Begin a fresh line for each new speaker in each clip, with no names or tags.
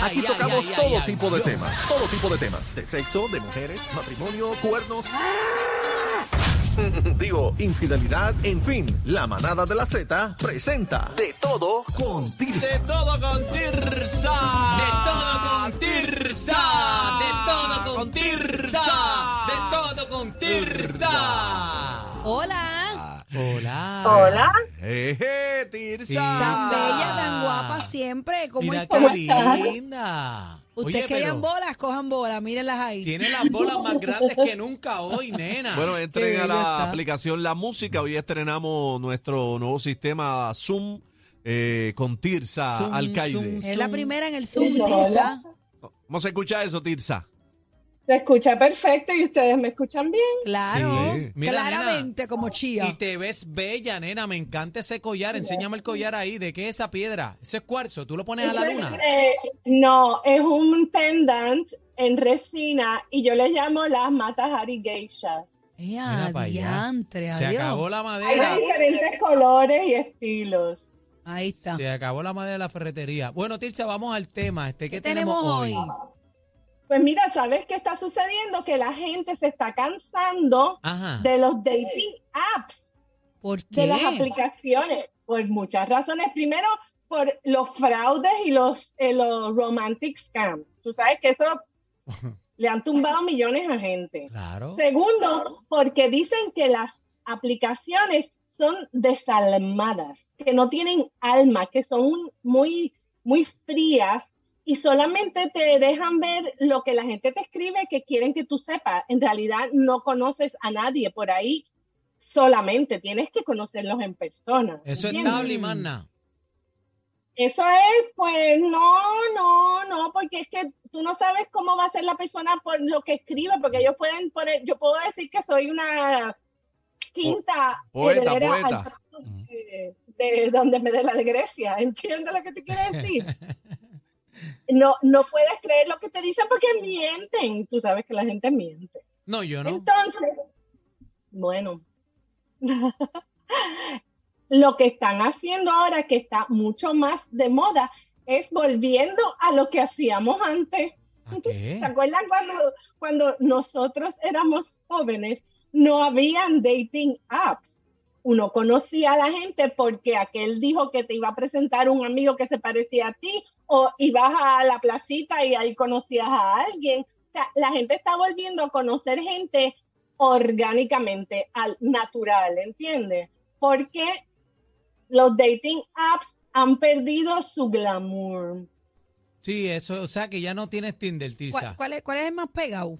Aquí tocamos todo tipo de temas, todo tipo de temas, de sexo, de mujeres, matrimonio, cuernos. Digo, infidelidad, en fin, la manada de la Z presenta
De todo con
De todo con Tirsa. De todo con Tirsa. De todo con Tirsa. De todo con Tirsa.
Hola,
Hola.
Hola.
Eje, Tirsa.
tan bella, tan guapa siempre.
Ah,
¿Cómo
Mira
están?
qué linda.
Ustedes
Oye,
querían
pero
bolas, cojan bolas, mírenlas ahí.
Tiene las bolas más grandes que nunca hoy, nena.
Bueno, entren
Qué
a la
bello está.
aplicación La Música. Hoy estrenamos nuestro nuevo sistema Zoom eh, con Tirsa
Zoom,
Alcaide.
zoom.
Es la primera en el Zoom,
Hola.
Tirsa.
¿Cómo se escucha eso, Tirsa?
Se escucha perfecto y ustedes me escuchan bien.
Claro,
Sí.
Mira,
claramente como chía.
Y te ves bella, nena. Me encanta ese collar. Enséñame el collar ahí. ¿De qué es esa piedra? Ese es cuarzo. ¿Tú lo pones a la luna?
Eh, no, es un pendant en resina y yo le llamo las matas Ari Geisha.
Ea,
Mira pa' allá.
Ah, diantre,
Se
Eh, adiós.
acabó la
Hay
madera.
de diferentes colores y estilos.
Ahí está.
Se acabó la madera de la ferretería. Bueno, Tirsa, vamos al tema. Este, ¿Qué,
¿Qué tenemos hoy?
Pues mira, ¿sabes qué está sucediendo? Que la gente se está cansando
Ajá.
de los dating apps,
¿Por
de
qué?
las aplicaciones, por muchas razones. Primero, por los fraudes y los, eh, los romantic scams. Tú sabes que eso le han tumbado millones a gente.
Claro.
Segundo, porque dicen que las aplicaciones son desalmadas, que no tienen alma, que son un- muy, muy frías y solamente te dejan ver lo que la gente te escribe que quieren que tú sepas. En realidad no conoces a nadie por ahí solamente, tienes que conocerlos en persona.
Eso es
¿entiendes?
tabla y más nada.
Eso es, pues no, no, no, porque es que tú no sabes cómo va a ser la persona por lo que escribe, porque ellos pueden poner, yo puedo decir que soy una quinta
Po- poeta,
heredera al
poeta.
trono de, de donde me dé la de Grecia, ¿entiendes lo que te quiero decir? No, no puedes creer lo que te dicen porque mienten, tú sabes que la gente miente.
No, yo no.
Entonces, bueno, lo que están haciendo ahora, que está mucho más de moda, es volviendo a lo que hacíamos antes.
¿A qué?
¿Se acuerdan cuando, cuando nosotros éramos jóvenes? No habían dating apps. Uno conocía a la gente porque aquel dijo que te iba a presentar un amigo que se parecía a ti o ibas a la placita y ahí conocías a alguien. O sea, la gente está volviendo a conocer gente orgánicamente, al natural, ¿entiendes? Porque los dating apps han perdido su glamour.
Sí, eso. O sea, que ya no tienes Tinder,
¿Cuál,
Tirsa.
cuál es, cuál es el más pegado?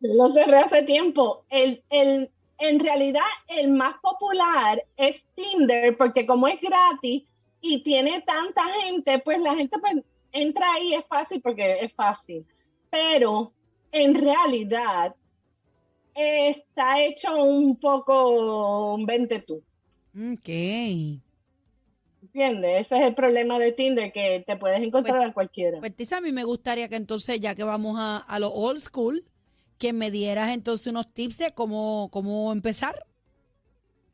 Yo Lo cerré hace tiempo. El, el, en realidad, el más popular es Tinder, porque como es gratis y tiene tanta gente, pues la gente pues, entra ahí, es fácil porque es fácil. Pero en realidad eh, está hecho un poco un vente tú.
Ok.
¿Entiendes? Ese es el problema de Tinder, que te puedes encontrar a cualquiera.
Pues Tirsa, a mí me gustaría que entonces, ya que vamos a, a lo old school, que me dieras entonces unos tips de cómo, cómo empezar.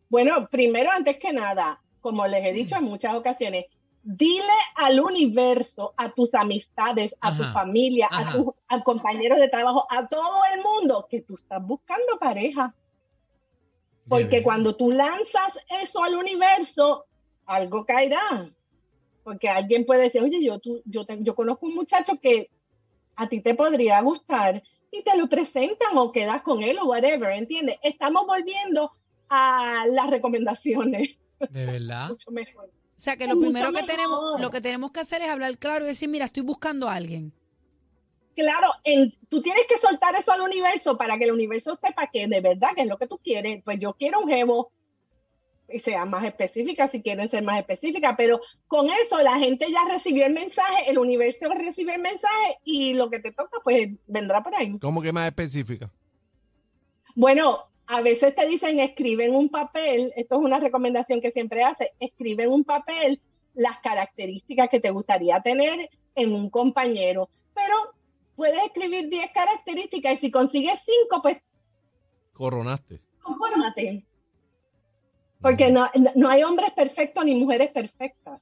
Bueno, primero, antes que nada, como les he dicho en muchas ocasiones, dile al universo, a tus amistades, a tu
Ajá,
familia,
ajá.
a tus a compañeros de trabajo, a todo el mundo que tú estás buscando pareja. Porque
Debe.
cuando tú lanzas eso al universo, algo caerá. Porque alguien puede decir, oye, yo, tú, yo, te- yo conozco un muchacho que a ti te podría gustar y te lo presentan o quedas con él o whatever, ¿entiendes? Estamos volviendo a las recomendaciones.
De verdad.
Mucho mejor.
O sea que
Es
lo
mucho
primero que
mejor.
tenemos, lo que tenemos que hacer es hablar claro y decir, mira, estoy buscando a alguien.
Claro, el- tú tienes que soltar eso al universo para que el universo sepa que de verdad que es lo que tú quieres. Pues yo quiero un jevo y sea más específica si quieren ser más específicas, pero con eso la gente ya recibió el mensaje, el universo recibe el mensaje y lo que te toca pues vendrá por ahí.
¿Cómo que más específica?
Bueno, a veces te dicen escribe en un papel, esto es una recomendación que siempre hace, escribe en un papel las características que te gustaría tener en un compañero, pero puedes escribir 10 características y si consigues 5, pues
Coronaste.
confórmate, porque no, no hay hombres perfectos ni mujeres perfectas.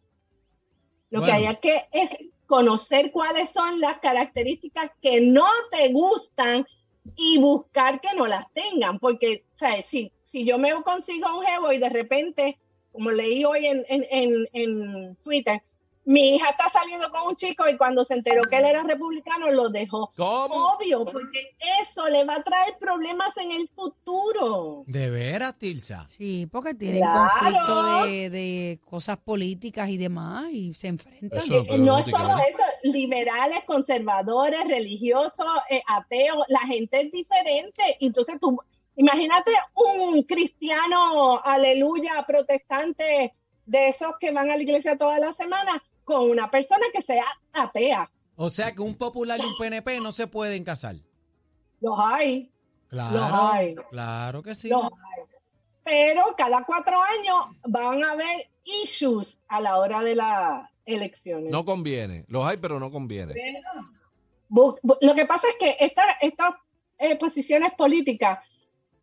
Lo
Bueno.
que hay es que es conocer cuáles son las características que no te gustan y buscar que no las tengan, porque ¿sabes? Si, si yo me consigo un jevo y de repente, como leí hoy en, en, en, en Twitter, mi hija está saliendo con un chico y cuando se enteró que él era republicano lo dejó.
¿Cómo?
Obvio, porque eso le va a traer problemas en el futuro.
¿De veras, Tirsa?
Sí, porque tienen
Claro.
conflicto de, de cosas políticas y demás y se enfrentan.
Eso-
Eh, no es
problemática,
solo
¿no?
eso, liberales, conservadores, religiosos, eh, ateos, la gente es diferente. Entonces tú, imagínate un cristiano, aleluya, protestante, de esos que van a la iglesia toda la semana, con una persona que sea atea.
O sea que un popular y un PNP no se pueden casar.
Los hay, Los hay.
Claro, claro que sí.
los hay. Pero cada cuatro años van a haber issues a la hora de las elecciones.
No conviene. Los hay, pero no conviene.
Bu- bu- Lo que pasa es que esta- estas eh, posiciones políticas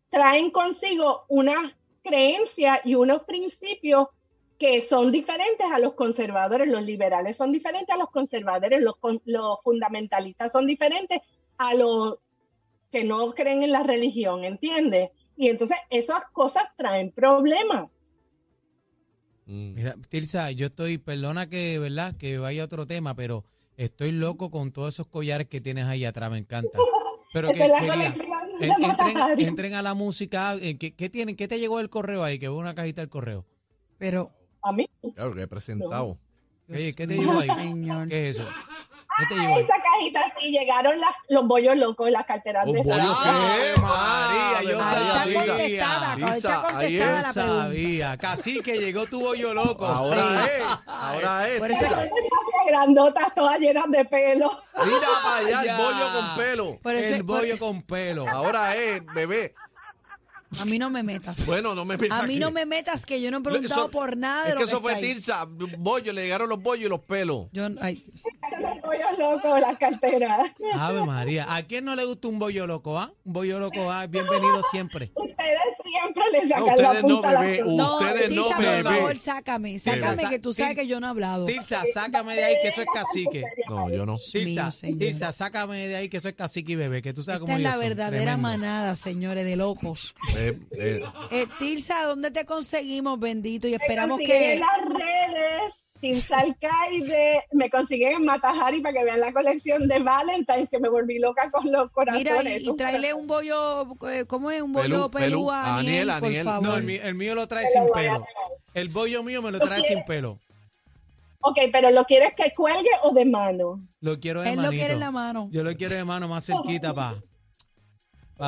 traen consigo unas creencias y unos principios que son diferentes a los conservadores, los liberales son diferentes a los conservadores, los, con- los fundamentalistas son diferentes a los que no creen en la religión, ¿entiendes? Y entonces esas cosas traen problemas.
Mm.
Mira, Tirsa, yo estoy, perdona que, ¿verdad? Que vaya a otro tema, pero estoy loco con todos esos collares que tienes ahí atrás, me encanta. Pero que
Esa es la
quería,
colección de
en- entren,
Matahari.
entren a la música, eh, ¿qué, qué tienen? ¿Qué te llegó el correo ahí? Que veo una cajita del correo.
Pero,
A mí,
Claro, que presentado.
Oye, ¿qué te
Dios
llegó
mío,
ahí?
Señor.
¿Qué es eso? ¿Qué te llegó ahí?
esa cajita sí llegaron las- los bollos locos, las carteras de
Los bollos
Sara.
¡Ave María! Yo
Ah, Ahí
sabía.
está contestada, ahí está
Lisa, ahí
contestada la pregunta.
Sabía. Casi que llegó tu bollo loco.
Ahora
Sí.
es, ahora es.
Por
Mira
eso-
Esas grandotas todas llenas de pelo.
para allá
Ya.
el bollo con pelo.
Por eso-
el
por-
bollo con pelo.
Ahora es, bebé.
A mí no me metas.
Bueno, no me metas
A mí
aquí.
no me metas que yo no he preguntado
Eso-
por nada de
Es
lo
que eso
está
fue
ahí.
Tirsa. Bollo, le llegaron los bollos y los pelos.
Yo, no- ay, Dios.
Los pollos locos, las carteras.
Ave María. ¿A quién no le gusta un bollo loco, ah? Un bollo loco, ah, bienvenido siempre.
Ustedes siempre le
No,
sacan la
ustedes no,
punta a las
bebé.
cosas.
no,
Ustedes no,
Tirsa,
bebé.
por favor, sácame. Sácame
Bebé.
que tú sabes
Tir-
que yo no he hablado.
Tirsa,
Eh,
sácame de ahí que eso es cacique.
No, yo no.
mío,
Tirsa,
señor.
Tirsa, sácame de ahí que eso es cacique y bebé, que tú sabes
Esta
cómo
es
ellos
la
son.
verdadera
Tremendo.
manada, señores, de locos.
Eh, eh,
Eh, Tirsa, ¿dónde te conseguimos, bendito? Y
Me
esperamos
consiguen
que...
en las redes, sin Alcaide, me consiguen en Matajari para que vean la colección de Valentine's, que me volví loca con los corazones.
Mira, y, y
Los
tráele un bollo, eh, ¿cómo es? Un bollo
Pelú,
pelú
pelú.
a
A
Aniel,
Aniel,
por
Aniel.
favor.
No, el mío, el mío lo trae
Te
sin
lo voy a
pelo.
regalar.
El bollo mío me lo trae
quieres?
sin pelo.
Ok, pero ¿lo quieres que cuelgue o de mano?
Lo quiero de
Él lo
manito.
quiere en la mano.
Yo lo quiero de mano más cerquita para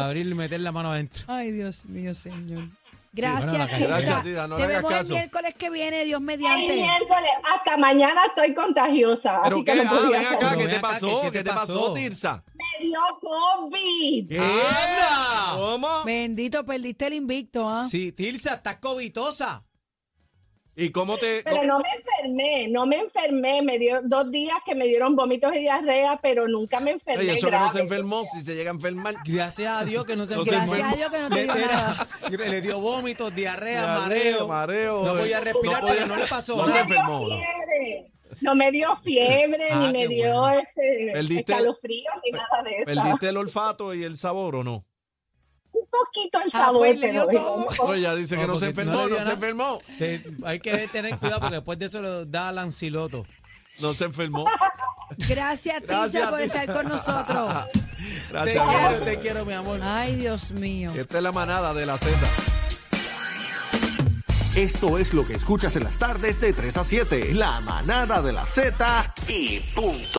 abrir y meter la mano adentro.
Ay, Dios mío, señor. Gracias,
bueno, la
Tirsa.
calle-
Gracias, Tirsa, no
Te
le hagas
vemos el
caso.
miércoles que viene, Dios
Ay,
mediante.
miércoles, hasta mañana estoy contagiosa.
¿Pero
así
qué?
que no
Ah,
podía
ven acá,
salir.
Pero
¿qué
ven
te
acá,
pasó?
¿qué
¿Qué,
te
te pasó,
pasó?
Tirsa?
Me dio COVID.
¿Qué?
¡Habla!
¿Cómo?
Bendito, perdiste el invicto, ¿ah?
Sí, Tirsa, estás covitosa.
¿Y cómo te.?
Pero no me enfermé, no me enfermé, me dio dos días que me dieron vómitos y diarrea, pero nunca me enfermé.
Oye, eso que no se
grave.
enfermó, si se llega a enfermar.
Gracias a Dios que no se
No se
enfermó.
Gracias
a Dios que no te
Le-
dio
era-
nada.
Le dio vómitos, diarrea, mareo.
Mareo, mareo. eh.
No podía respirar,
No
pero
podía-
no le pasó
no
No
se
me
nada.
dio
enfermó, no.
fiebre, no me dio fiebre,
Ah,
ni me
qué
dio
bueno.
este,
Perdiste-
escalofríos, ni nada de eso.
¿Perdiste el olfato y el sabor o no?
Un poquito el
Ah,
sabor,
pues, le dio
pero
todo.
un poco.
Oye, ella dice
No,
que no se
porque no
enfermó,
le dio
no se
nada.
enfermó.
Te- hay que tener cuidado porque después de eso lo da Lanciloto.
No se enfermó.
Gracias, Tirsa,
Gracias,
por
Tirsa.
estar con nosotros.
Te
Gracias.
quiero,
Ah, amor.
te quiero, mi amor.
Ay, Dios mío.
Esta es la manada de la Z.
Esto es lo que escuchas en las tardes de 3 a 7. La manada de la Z y punto.